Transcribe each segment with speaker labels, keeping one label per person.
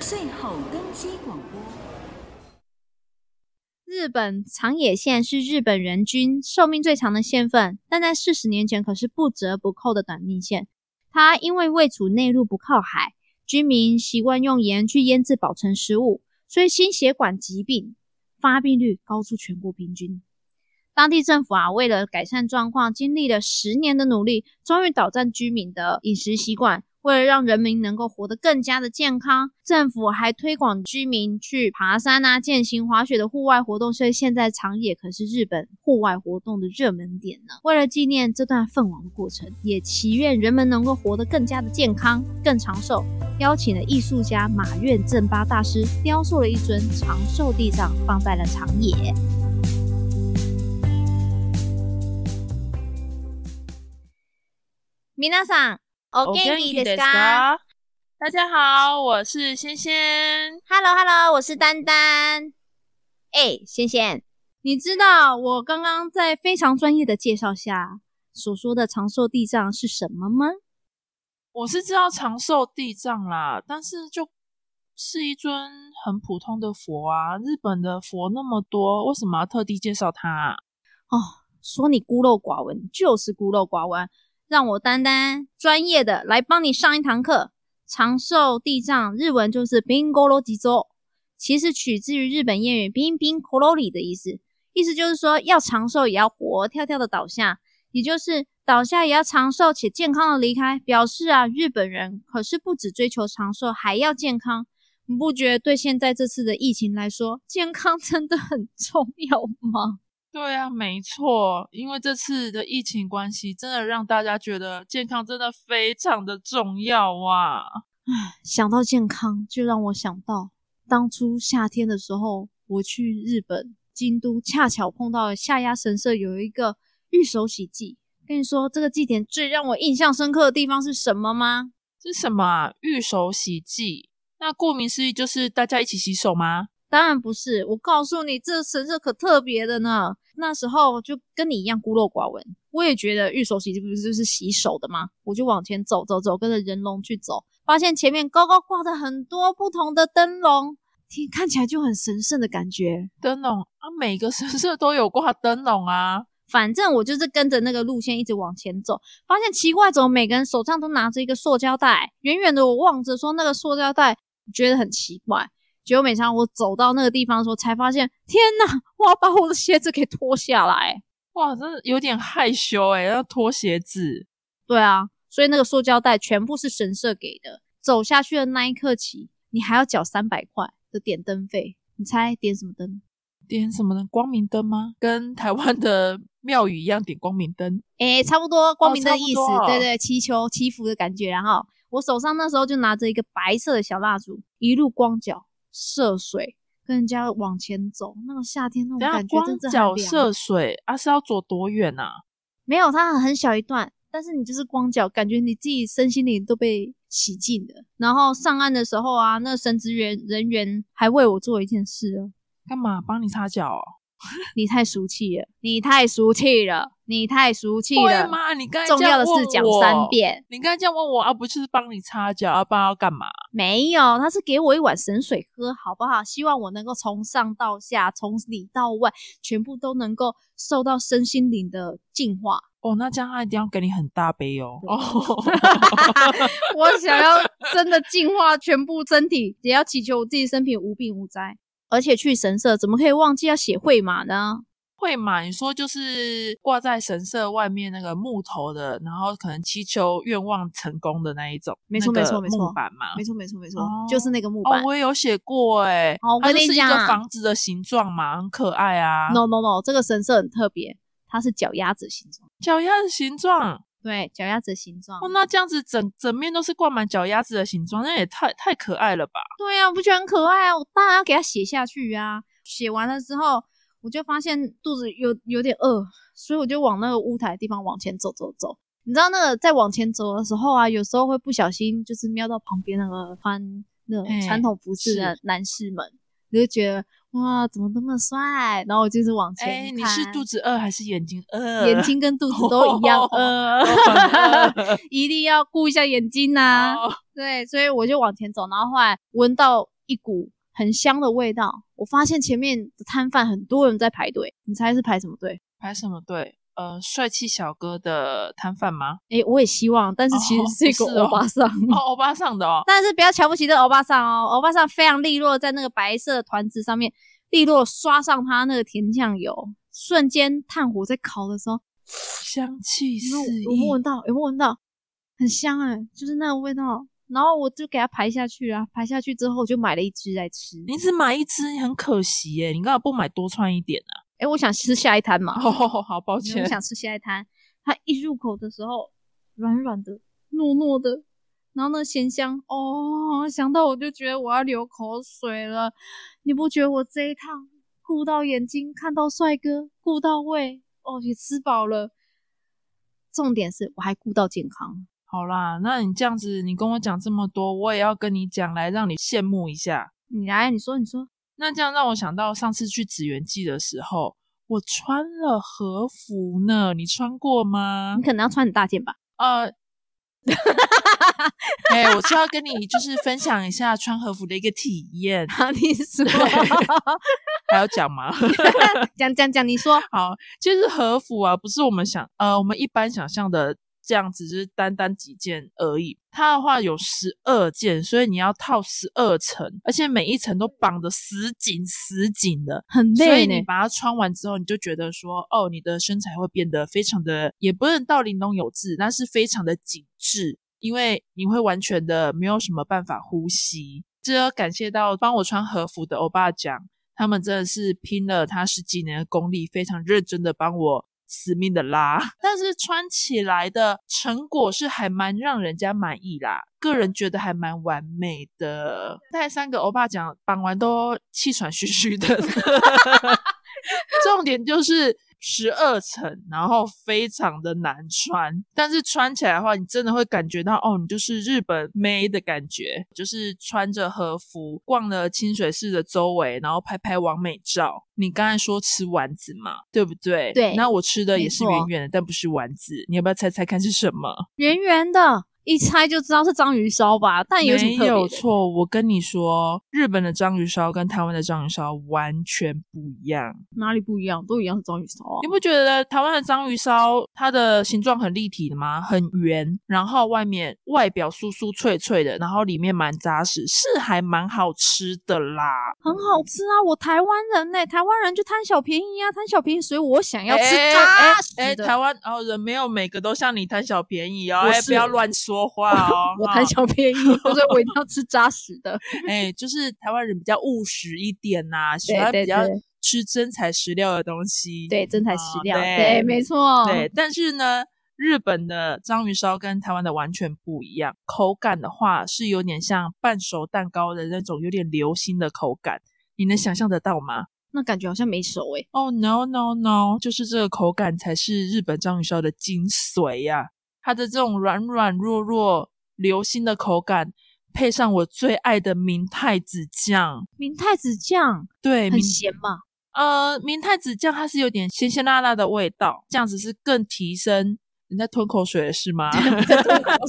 Speaker 1: 最后更新广播。
Speaker 2: 日本长野县是日本人均寿命最长的县份，但在四十年前可是不折不扣的短命县。它因为位处内陆不靠海，居民习惯用盐去腌制保存食物，所以心血管疾病发病率高出全国平均。当地政府啊，为了改善状况，经历了十年的努力，终于挑战居民的饮食习惯。为了让人民能够活得更加的健康，政府还推广居民去爬山啊、健行、滑雪的户外活动。所以现在长野可是日本户外活动的热门点呢。为了纪念这段奋亡的过程，也祈愿人们能够活得更加的健康、更长寿，邀请了艺术家马院正八大师雕塑了一尊长寿地藏，放在了长野。皆さん、お元気ですか？
Speaker 3: 大家好，我是仙仙。
Speaker 2: Hello Hello，我是丹丹。哎、仙仙，你知道我刚刚在非常专业的介绍下所说的长寿地藏是什么吗？
Speaker 3: 我是知道长寿地藏啦，但是就是一尊很普通的佛啊。日本的佛那么多，为什么要特地介绍它、啊？
Speaker 2: 哦，说你孤陋寡闻，就是孤陋寡闻，让我丹丹专业的来帮你上一堂课。长寿地藏日文就是 “bingoro 吉州”，其实取自于日本谚语 “bing bing k o r o r i 的意思，意思就是说要长寿也要活跳跳的倒下，也就是倒下也要长寿且健康的离开。表示啊，日本人可是不只追求长寿，还要健康。你不觉得对现在这次的疫情来说，健康 真的很重要吗？
Speaker 3: 对啊，没错，因为这次的疫情关系，真的让大家觉得健康真的非常的重要啊。
Speaker 2: 想到健康，就让我想到当初夏天的时候，我去日本京都，恰巧碰到了下鸭神社有一个玉手洗祭。跟你说，这个祭典最让我印象深刻的地方是什么吗？
Speaker 3: 这是什么啊？玉手洗剂？那顾名思义就是大家一起洗手吗？
Speaker 2: 当然不是，我告诉你，这神社可特别的呢。那时候就跟你一样孤陋寡闻，我也觉得玉手洗这不是就是洗手的吗？我就往前走走走，跟着人龙去走，发现前面高高挂着很多不同的灯笼，听看起来就很神圣的感觉。
Speaker 3: 灯笼啊，每个神社都有挂灯笼啊。
Speaker 2: 反正我就是跟着那个路线一直往前走，发现奇怪，怎么每个人手上都拿着一个塑胶袋？远远的我望着说那个塑胶袋，觉得很奇怪。结果每常我走到那个地方的时候，才发现，天哪！我要把我的鞋子给脱下来。
Speaker 3: 哇，真的有点害羞诶、要脱鞋子。
Speaker 2: 对啊，所以那个塑胶袋全部是神社给的。走下去的那一刻起，你还要缴三百块的点灯费。你猜点什么灯？
Speaker 3: 点什么呢？光明灯吗？ 跟台湾的庙宇一样点光明灯。
Speaker 2: 诶，差不多，光明灯意思，
Speaker 3: 哦差不多
Speaker 2: 对对，祈求祈福的感觉。然后我手上那时候就拿着一个白色的小蜡烛，一路光脚涉水，跟人家往前走。那个夏天那种
Speaker 3: 等一下
Speaker 2: 感觉
Speaker 3: 光
Speaker 2: 真的
Speaker 3: 脚
Speaker 2: 很凉。
Speaker 3: 涉水啊，是要走多远啊？
Speaker 2: 没有，它很小一段，但是你就是光脚，感觉你自己身心灵都被洗净了。然后上岸的时候啊，那神职员人员还为我做一件事哦，
Speaker 3: 干嘛帮你擦脚、哦？
Speaker 2: 你太俗气了，你太俗气了，你太俗气
Speaker 3: 会
Speaker 2: 了。
Speaker 3: 吗？你刚才
Speaker 2: 重
Speaker 3: 这样
Speaker 2: 要的事
Speaker 3: 问
Speaker 2: 讲
Speaker 3: 我
Speaker 2: 三。遍，
Speaker 3: 你刚才这样问我啊，不就是帮你擦脚，啊、不然要干嘛？
Speaker 2: 没有，他是给我一碗神水喝，好不好？希望我能够从上到下，从里到外，全部都能够受到身心灵的净化。
Speaker 3: 哦，那这样他一定要给你很大杯哦。哦，
Speaker 2: 我想要真的净化全部身体，也要祈求我自己身体无病无灾。而且去神社怎么可以忘记要写会码呢？
Speaker 3: 会嘛？你说就是挂在神社外面那个木头的，然后可能祈求愿望成功的那一种，
Speaker 2: 没错
Speaker 3: 那
Speaker 2: 没
Speaker 3: 个
Speaker 2: 错没错
Speaker 3: 木板嘛。
Speaker 2: 没错，没错，没错，
Speaker 3: 哦
Speaker 2: 就是那个木
Speaker 3: 哦
Speaker 2: 板。，
Speaker 3: 我也有写过哎、
Speaker 2: 哦我
Speaker 3: 它
Speaker 2: 跟
Speaker 3: 就
Speaker 2: 你
Speaker 3: 是一
Speaker 2: 讲
Speaker 3: 个房子的形状嘛，很可爱啊。
Speaker 2: no no no，这个神社很特别，它是脚丫子形状。
Speaker 3: 脚丫的形状，
Speaker 2: 对，脚丫子形状。
Speaker 3: 哦，那这样子整整面都是挂满脚丫子的形状，那也太太可爱了吧？
Speaker 2: 对呀、啊，我不觉得很可爱啊？我当然要给它写下去啊！写完了之后，我就发现肚子有有点饿，所以我就往那个屋台的地方往前走走走。你知道那个在往前走的时候啊，有时候会不小心就是瞄到旁边那个穿那种
Speaker 3: 哎
Speaker 2: 传统服饰的
Speaker 3: 是
Speaker 2: 男士们，你就觉得哇，怎么那么帅？然后我就是往前看，
Speaker 3: 哎，你是肚子哦饿还是眼睛饿？
Speaker 2: 眼睛跟肚子都一 样饿， 一定要顾一下眼睛呐、
Speaker 3: 啊哦
Speaker 2: 啊对，所以我就往前走，然后后来闻到一股很香的味道。我发现前面的摊贩很多人在排队，你猜是排什么队？
Speaker 3: 排什么队？呃，帅气小哥的摊贩吗？
Speaker 2: 诶，我也希望，但是其
Speaker 3: 哦
Speaker 2: 实是一
Speaker 3: 不
Speaker 2: 个
Speaker 3: 是哦
Speaker 2: 欧巴桑。
Speaker 3: 哦，欧巴上的哦，
Speaker 2: 但是不要瞧不起这欧巴桑哦，欧巴桑非常利落，在那个白色的团子上面利落刷上他那个甜酱油，瞬间炭火在烤的时候，
Speaker 3: 香气四
Speaker 2: 有没
Speaker 3: 溢
Speaker 2: 有有没有闻到？有没有闻到？很香哎、就是那个味道。然后我就给它排下去啊，排下去之后我就买了一只来吃。
Speaker 3: 你只买一只，很可惜耶！你干嘛不买多穿一点啊？
Speaker 2: 哎、我想吃下一摊嘛，
Speaker 3: 哦， 好抱
Speaker 2: 我
Speaker 3: 歉，
Speaker 2: 想吃下一摊。它一入口的时候，软软的，糯糯的，然后那咸香，哦，想到我就觉得我要流口水了。你不觉得我这一趟顾到眼睛，看到帅哥，顾到胃，哦，也吃饱了。重点是我还顾到健康。
Speaker 3: 好啦，那你这样子，你跟我讲这么多，我也要跟你讲，来让你羡慕一下。
Speaker 2: 你来，你说，你说，
Speaker 3: 那这样让我想到上次去紫园记的时候，我穿了和服呢，你穿 过吗
Speaker 2: 你？可能要穿很大件吧？
Speaker 3: 呃，哎、我就要跟你就是分享一下穿和服的一个体验，
Speaker 2: 好，你 说，
Speaker 3: 还要讲吗？
Speaker 2: 讲讲讲，你说，
Speaker 3: 好，其实和服啊，不是我们想呃我们一般想象的这样子，就是单单几件而已。它的话有十二件，所以你要套十二层，而且每一层都绑得死紧死紧的。
Speaker 2: 很
Speaker 3: 所以
Speaker 2: 累
Speaker 3: 你
Speaker 2: 呢。
Speaker 3: 把它穿完之后，你就觉得说，哦，你的身材会变得非常的，也不能到玲珑有致，但是非常的紧致，因为你会完全的没有什么办法呼吸。这要感谢到帮我穿和服的欧巴酱，他们真的是拼了他十几年的功力，非常认真的帮我死命的拉， 但是穿起来的成果是还蛮让人家满意啦，个人觉得还蛮完美的。带三个欧巴讲绑完都气喘吁吁的， 重点就是。十二层，然后非常的难穿，但是穿起来的话，你真的会感觉到哦，你就是日本妹的感觉，就是穿着和服逛了清水寺的周围，然后拍拍完美照。你刚才说吃丸子嘛，对不对？
Speaker 2: 对
Speaker 3: 那我吃的
Speaker 2: 没
Speaker 3: 也是
Speaker 2: 错
Speaker 3: 圆圆的，但不是丸子。你要不要猜猜看是什么？
Speaker 2: 圆圆的，一猜就知道是章鱼烧吧？但有什么
Speaker 3: 没
Speaker 2: 特别
Speaker 3: 有
Speaker 2: 的？
Speaker 3: 错，我跟你说，日本的章鱼烧跟台湾的章鱼烧完全不一样。
Speaker 2: 哪里不一样？都一样是章鱼烧啊
Speaker 3: 你。不觉得台湾的章鱼烧它的形状很立体的吗？很圆，然后外面外表酥酥脆脆的，然后里面蛮扎实，是还蛮好吃的啦。
Speaker 2: 很好吃啊！我台湾人呢、台湾人就贪小便宜啊，贪小便宜，所以我想要吃
Speaker 3: 哎
Speaker 2: 扎实的。
Speaker 3: 哎哎台湾哦，人没有每个都像你贪小便宜哦，
Speaker 2: 不
Speaker 3: 哎，
Speaker 2: 是
Speaker 3: 不要乱说话哦
Speaker 2: 。我
Speaker 3: 哈
Speaker 2: 贪小便宜，所以我一定要吃扎实 的。
Speaker 3: 哎、就是台湾人比较务实一点呐、喜
Speaker 2: 对
Speaker 3: 欢
Speaker 2: 对
Speaker 3: 比较
Speaker 2: 对
Speaker 3: 吃真材实料的东西。
Speaker 2: 对，真材实料。
Speaker 3: 啊
Speaker 2: 对，没错。
Speaker 3: 对，但是呢，日本的章鱼烧跟台湾的完全不一样，口感的话是有点像半熟蛋糕的那种有点流心的口感，你能想象得到吗？
Speaker 2: 那感觉好像没欸熟诶、
Speaker 3: 哦、no no no，就是这个口感才是日本章鱼烧的精髓呀、它的这种软软弱弱、流心的口感，配上我最爱的明太子酱，
Speaker 2: 明太子酱
Speaker 3: 对，
Speaker 2: 很
Speaker 3: 明
Speaker 2: 咸嘛，
Speaker 3: 呃，明太子酱它是有点咸咸辣辣的味道，这样子是更提升。你在吞口水了是吗？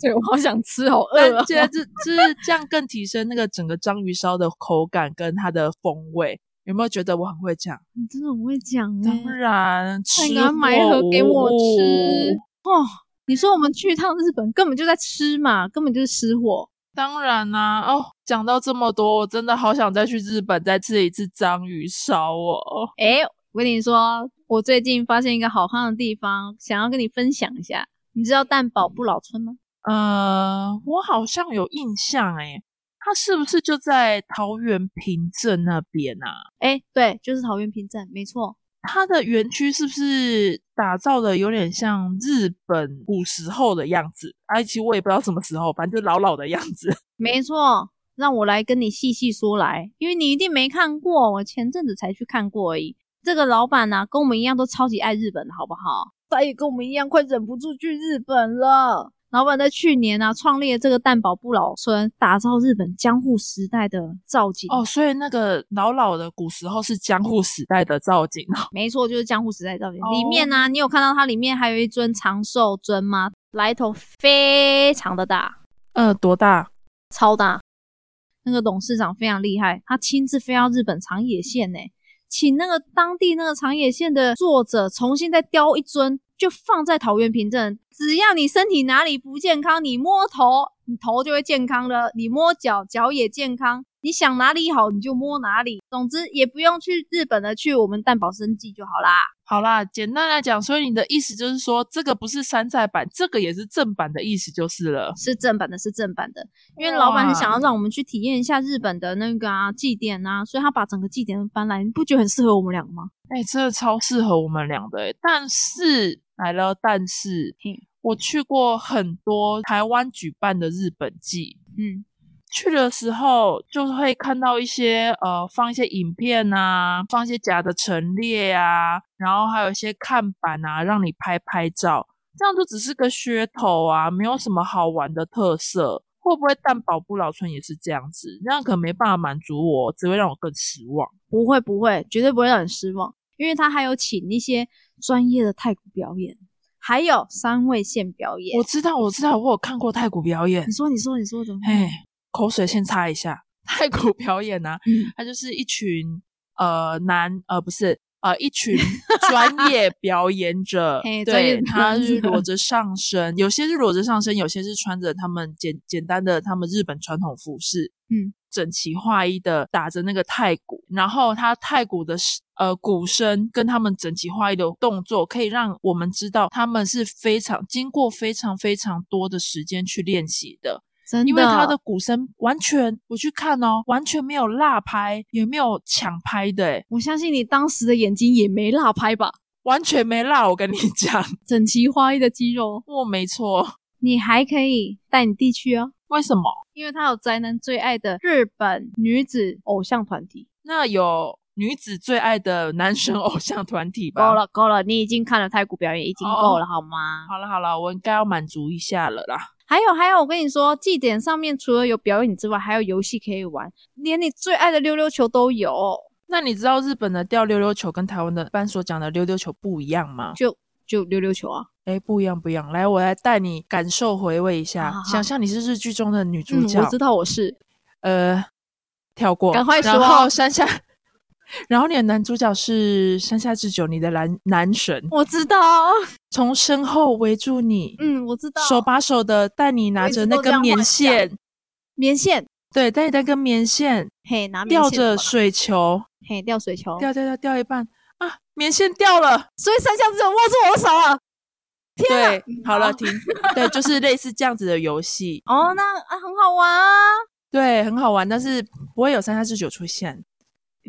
Speaker 2: 所以我好想吃，好
Speaker 3: 但
Speaker 2: 饿、啊。
Speaker 3: 觉得这这这样更提升那个整个章鱼烧的口感跟它的风味。有没有觉得我很会讲？
Speaker 2: 你真的很会讲诶、
Speaker 3: 当然，
Speaker 2: 那
Speaker 3: 吃
Speaker 2: 你赶快买一
Speaker 3: 货
Speaker 2: 盒给我
Speaker 3: 无
Speaker 2: 吃哦。你说我们去一趟日本，根本就在吃嘛，根本就是吃货。
Speaker 3: 当然啦、哦，讲到这么多，我真的好想再去日本再吃一次章鱼烧哦。
Speaker 2: 诶，我跟你说，我最近发现一个好看的地方，想要跟你分享一下。你知道蛋堡不老村吗？
Speaker 3: 呃，我好像有印象诶，它是不是就在桃园平镇那边啊？
Speaker 2: 诶，对，就是桃园平镇，没错。
Speaker 3: 它的园区是不是打造的有点像日本古时候的样子？啊，其实我也不知道什么时候，反正就老老的样子。
Speaker 2: 没错，让我来跟你细细说来，因为你一定没看过，我前阵子才去看过而已。这个老板呢、啊跟我们一样都超级爱日本的，好不好？他也跟我们一样，快忍不住去日本了。老板在去年啊，创立了这个蛋堡不老村，打造日本江户时代的造景。
Speaker 3: 哦，所以那个老老的古时候是江户时代的造景哦。
Speaker 2: 没错，就是江户时代造景。
Speaker 3: 哦
Speaker 2: 里面呢、你有看到它里面还有一尊长寿尊吗？来头非常的大，
Speaker 3: 呃，多大？
Speaker 2: 超大。那个董事长非常厉害，他亲自飞到日本长野县呢、请那个当地那个长野县的作者重新再雕一尊，就放在桃园平镇。只要你身体哪里不健康，你摸头，你头就会健康的；你摸脚，脚也健康。你想哪里好，你就摸哪里。总之也不用去日本的，去我们蛋堡生计就好啦。
Speaker 3: 好啦，简单来讲，所以你的意思就是说，这个不是山寨版，这个也是正版的意思就是了。
Speaker 2: 是正版的，是正版的，因为老板是想要让我们去体验一下日本的那个啊祭典啊，所以他把整个祭典搬来，你不觉得很适合我们两个吗？
Speaker 3: 哎、真的超适合我们俩的、欸。但是来了，但是
Speaker 2: 嗯
Speaker 3: 我去过很多台湾举办的日本季，
Speaker 2: 嗯，
Speaker 3: 去的时候就会看到一些呃放一些影片啊，放一些假的陈列啊，然后还有一些看板啊，让你拍拍照，这样就只是个噱头啊，没有什么好玩的特色。会不会蛋堡不老村也是这样子？那样可能没办法满足我，只会让我更失望。
Speaker 2: 不会不会，绝对不会让你失望，因为他还有请一些专业的太鼓表演，还有三位线表演
Speaker 3: 我。知道，我知道，我有看过太鼓表演
Speaker 2: 你，说你说你说怎么？
Speaker 3: 哎，口水先擦一下。太 鼓表演呢、啊，
Speaker 2: 嗯
Speaker 3: 它就是一群呃男呃不是呃一群 专业表演者
Speaker 2: 嘿，专业
Speaker 3: 对，
Speaker 2: 表
Speaker 3: 他
Speaker 2: 演
Speaker 3: 是
Speaker 2: 者
Speaker 3: 裸着上身，有些是裸着上身，有些是穿着他们简简单的他们日本传统服饰，
Speaker 2: 嗯，
Speaker 3: 整齐划一的打着那个太鼓，然后他太鼓的是呃鼓声跟他们整齐划一的动作，可以让我们知道他们是非常经过非常非常多的时间去练习的，
Speaker 2: 真的，
Speaker 3: 因为他的鼓声完全，我去看哦，完全没有落拍，也没有抢拍的，诶
Speaker 2: 我相信你当时的眼睛也没落拍吧，
Speaker 3: 完全没落。我跟你 讲，
Speaker 2: 整齐划一的肌肉。哦
Speaker 3: 我没错。
Speaker 2: 你还可以带你弟去哦，
Speaker 3: 为什么？
Speaker 2: 因为他有宅男最爱的日本女子偶像团体。
Speaker 3: 那有女子最爱的男神偶像团体吧？哦
Speaker 2: 够了够了，你已经看了太古表演已经够了、好吗？
Speaker 3: 好了好了，我应该要满足一下了啦。
Speaker 2: 还有还有，我跟你说，祭典上面除了有表演之外，还有游戏可以玩，连你最爱的溜溜球都有。
Speaker 3: 那你知道日本的吊溜溜球跟台湾的班所讲的溜溜球不一样吗？
Speaker 2: 就就溜溜球啊，
Speaker 3: 哎，不一样，不一样。来，我来带你感受回味一下，
Speaker 2: 好好好
Speaker 3: 想象你是日剧中的女主
Speaker 2: 嗯，
Speaker 3: 角。
Speaker 2: 我知道我是
Speaker 3: 呃，跳过，
Speaker 2: 赶快说
Speaker 3: 然后山下，然后你的男主角是山下智久，你的男男神
Speaker 2: 我知 道，
Speaker 3: 从身后围住你，
Speaker 2: 嗯，我知道，
Speaker 3: 手把手的带你拿着那根棉
Speaker 2: 我一直
Speaker 3: 线，
Speaker 2: 棉线，
Speaker 3: 对，带你那根棉线，
Speaker 2: 嘿，拿棉
Speaker 3: 吊
Speaker 2: 线哦
Speaker 3: 着
Speaker 2: 吧
Speaker 3: 水球，
Speaker 2: 嘿，吊水球，
Speaker 3: 吊吊吊吊一半啊，棉线掉了，
Speaker 2: 所以三下子就握住我的手啊了。
Speaker 3: 对，好了，
Speaker 2: 啊好
Speaker 3: 停，对，就是类似这样子的游戏，
Speaker 2: 哦，那啊很好玩啊。
Speaker 3: 对，很好玩，但是不会有山下智久出现，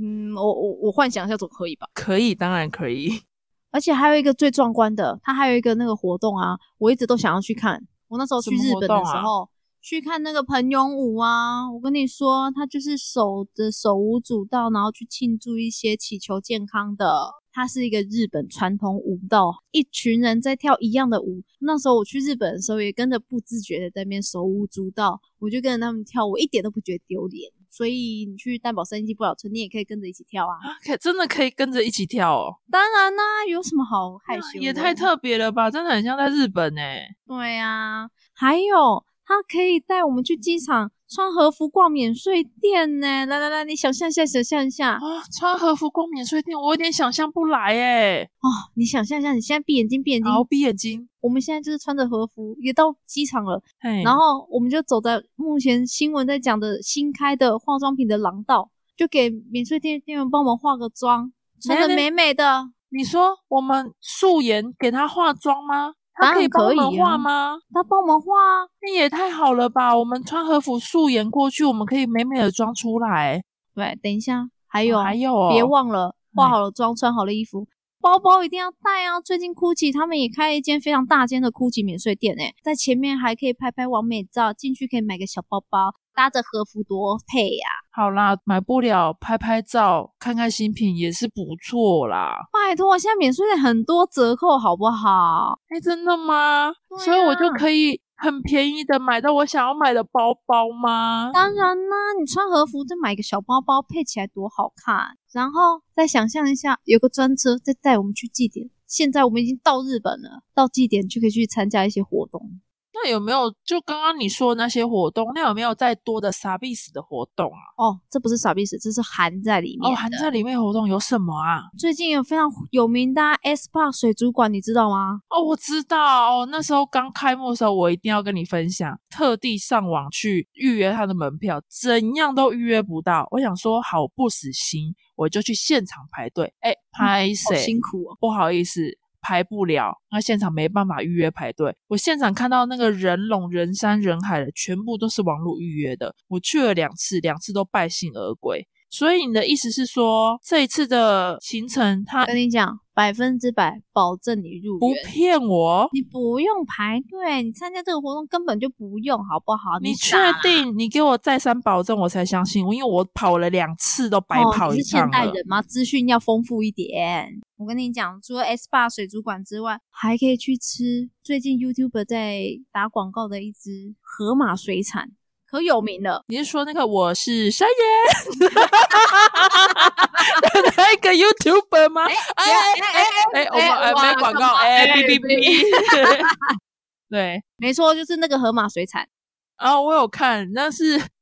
Speaker 2: 嗯，我我我幻想一下总可以吧。
Speaker 3: 可以，当然可以。
Speaker 2: 而且还有一个最壮观的，它还有一个那个活动啊，我一直都想要去看。我那时候去日本
Speaker 3: 什么
Speaker 2: 的
Speaker 3: 活动
Speaker 2: 时
Speaker 3: 啊
Speaker 2: 候，去看那个盆泳舞啊，我跟你说，他就是手的手舞足蹈，然后去庆祝一些祈求健康的。它是一个日本传统舞蹈，一群人在跳一样的舞。那时候我去日本的时候，也跟着不自觉的在那边手舞足蹈，我就跟着他们跳，我一点都不觉得丢脸。所以你去蛋堡三季不老村，你也可以跟着一起跳啊。
Speaker 3: 啊可真的可以跟着一起跳哦，
Speaker 2: 当然啦、有什么好害羞的？
Speaker 3: 啊也太特别了吧！真的很像在日本呢、欸
Speaker 2: 对呀、还有他可以带我们去机场穿和服逛免税店呢。来来来，你想象一下，想象一下
Speaker 3: 啊，穿和服逛免税店，我有点想象不来哎、
Speaker 2: 哦，你想象一下，你现在闭眼睛，闭眼睛
Speaker 3: 然，后闭眼睛，
Speaker 2: 我们现在就是穿着和服也到机场了，
Speaker 3: 嘿，
Speaker 2: 然后我们就走在目前新闻在讲的新开的化妆品的廊道，就给免税店店员帮我们化个妆，穿的美
Speaker 3: 没
Speaker 2: 美的。
Speaker 3: 你说我们素颜给他化妆吗？他可以帮我
Speaker 2: 当然可
Speaker 3: 们
Speaker 2: 以啊
Speaker 3: 化吗？
Speaker 2: 他帮我们化啊，
Speaker 3: 那也太好了吧！我们穿和服素颜过去，我们可以美美的装出来。
Speaker 2: 对，等一下，还有、啊
Speaker 3: 哦还有、哦，
Speaker 2: 别忘了化
Speaker 3: 哎
Speaker 2: 好了妆，穿好了衣服，包包一定要带啊！最近 GUCCI 他们也开了一间非常大间的 GUCCI 免税店诶、欸在前面还可以拍拍完美照，进去可以买个小包包，搭着和服多配呀、
Speaker 3: 好啦，买不了拍拍照，看看新品也是不错啦。
Speaker 2: 拜托，现在免税店很多折扣，好不好？
Speaker 3: 哎，真的吗？
Speaker 2: 对
Speaker 3: 所以我就
Speaker 2: 啊
Speaker 3: 可以很便宜的买到我想要买的包包吗？
Speaker 2: 当然啦，你穿和服再买个小包包，配起来多好看。然后再想象一下，有个专车再带我们去祭典。现在我们已经到日本了，到祭典就可以去参加一些活动。
Speaker 3: 那有没有就刚刚你说的那些活动？那有没有再多的傻逼死的活动啊？
Speaker 2: 哦，这不是傻逼死，这是含在里面
Speaker 3: 哦，
Speaker 2: 的
Speaker 3: 含在里面活动有什么啊？
Speaker 2: 最近有非常有名的、啊、SPA 水族馆，你知道吗？
Speaker 3: 哦，我知道哦，那时候刚开幕的时候，我一定要跟你分享，特地上网去预约他的门票，怎样都预约不到。我想说，好不死心，我就去现场排队。
Speaker 2: 嗯
Speaker 3: 哎，拍
Speaker 1: 好
Speaker 3: 谁？
Speaker 1: 辛苦哦。
Speaker 3: 不好意思，排不了，那现场没办法预约排队。我现场看到那个人龙、人山人海的，全部都是网络预约的。我去了两次，两次都败兴而归。所以你的意思是说，这一次的行程他
Speaker 2: 跟你讲，百分之百保证你入
Speaker 3: 不
Speaker 2: 园，
Speaker 3: 骗我？
Speaker 2: 你不用排队，你参加这个活动根本就不用，好不好？哦
Speaker 3: 你确
Speaker 2: 傻啦
Speaker 3: 定？你给我再三保证，我才相信。因为我跑了两次都白
Speaker 2: 哦、
Speaker 3: 跑
Speaker 2: 你
Speaker 3: 一
Speaker 2: 是现
Speaker 3: 趟
Speaker 2: 代
Speaker 3: 了。
Speaker 2: 人吗？资讯要丰富一点。我跟你讲，除了 S b a 水族馆之外，还可以去吃最近 YouTube 在打广告的一只河马水产，可有名了。
Speaker 3: 你是说那个我是山人 的那个 YouTuber 吗？哎哎哎哎，我们
Speaker 2: 哎
Speaker 3: 哎
Speaker 2: 哇
Speaker 3: 没广告，哎哔哔哔哔。 对，
Speaker 2: 没错，就是那个河马水产。
Speaker 3: 然后我有看，但是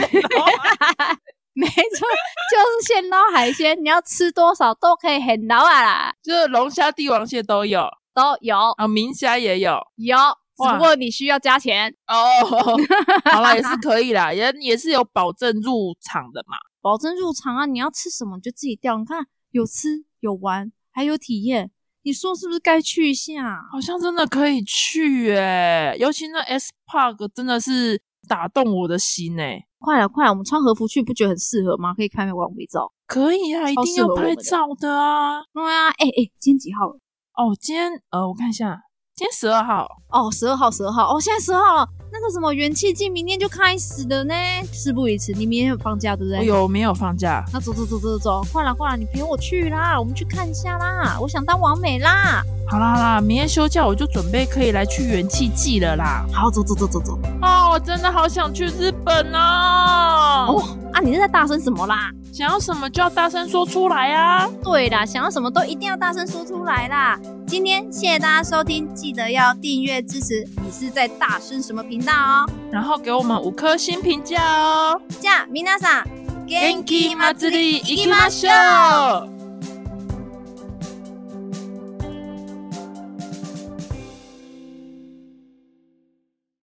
Speaker 2: 没错，就是现捞海鲜，你要吃多少都可以很捞啊啦，
Speaker 3: 就是龙虾、帝王蟹都有，
Speaker 2: 都有
Speaker 3: 啊，明虾也有。
Speaker 2: 有，只不过你需要加钱，
Speaker 3: 哦， 好啦，也是可以啦，也也是有保证入场的嘛。
Speaker 2: 保证入场啊！你要吃什么就自己调，你看有吃有玩，还有体验，你说是不是该去一下？
Speaker 3: 好像真的可以去诶、尤其那 S Park 真的是打动我的心诶、
Speaker 2: 快了，快了，我们穿和服去，不觉得很适合吗？可以拍完美照。
Speaker 3: 可以啊，一
Speaker 2: 超
Speaker 3: 定
Speaker 2: 适
Speaker 3: 要
Speaker 2: 合我
Speaker 3: 拍
Speaker 2: 们的
Speaker 3: 照的啊。
Speaker 2: 对啊，哎、哎、今天几号了？
Speaker 3: 哦，今天呃，我看一下，今天十二号，
Speaker 2: 哦，十二号，十二号，哦，现在十号了。那个什么元气季明天就开始了呢。事不宜迟，你明天有放假对不
Speaker 3: 我
Speaker 2: 对？
Speaker 3: 有没有放假？
Speaker 2: 那走走走走走，快了快了，你陪我去啦，我们去看一下啦，我想当王美啦。
Speaker 3: 好啦好啦，明天休假我就准备可以来去元气季了啦。
Speaker 2: 好，走走走走走。
Speaker 3: 哦，我真的好想去日本啊！
Speaker 2: 哦啊，你是在大声什么啦？
Speaker 3: 想要什么就要大声说出来啊！
Speaker 2: 对啦，想要什么都一定要大声说出来啦！今天谢谢大家收听，记得要订阅支持。你是在大声什么频道哦？
Speaker 3: 然后给我们五颗星评价哦。
Speaker 2: じゃあ皆さん、
Speaker 3: 元気祭り行きましょ
Speaker 2: う
Speaker 3: う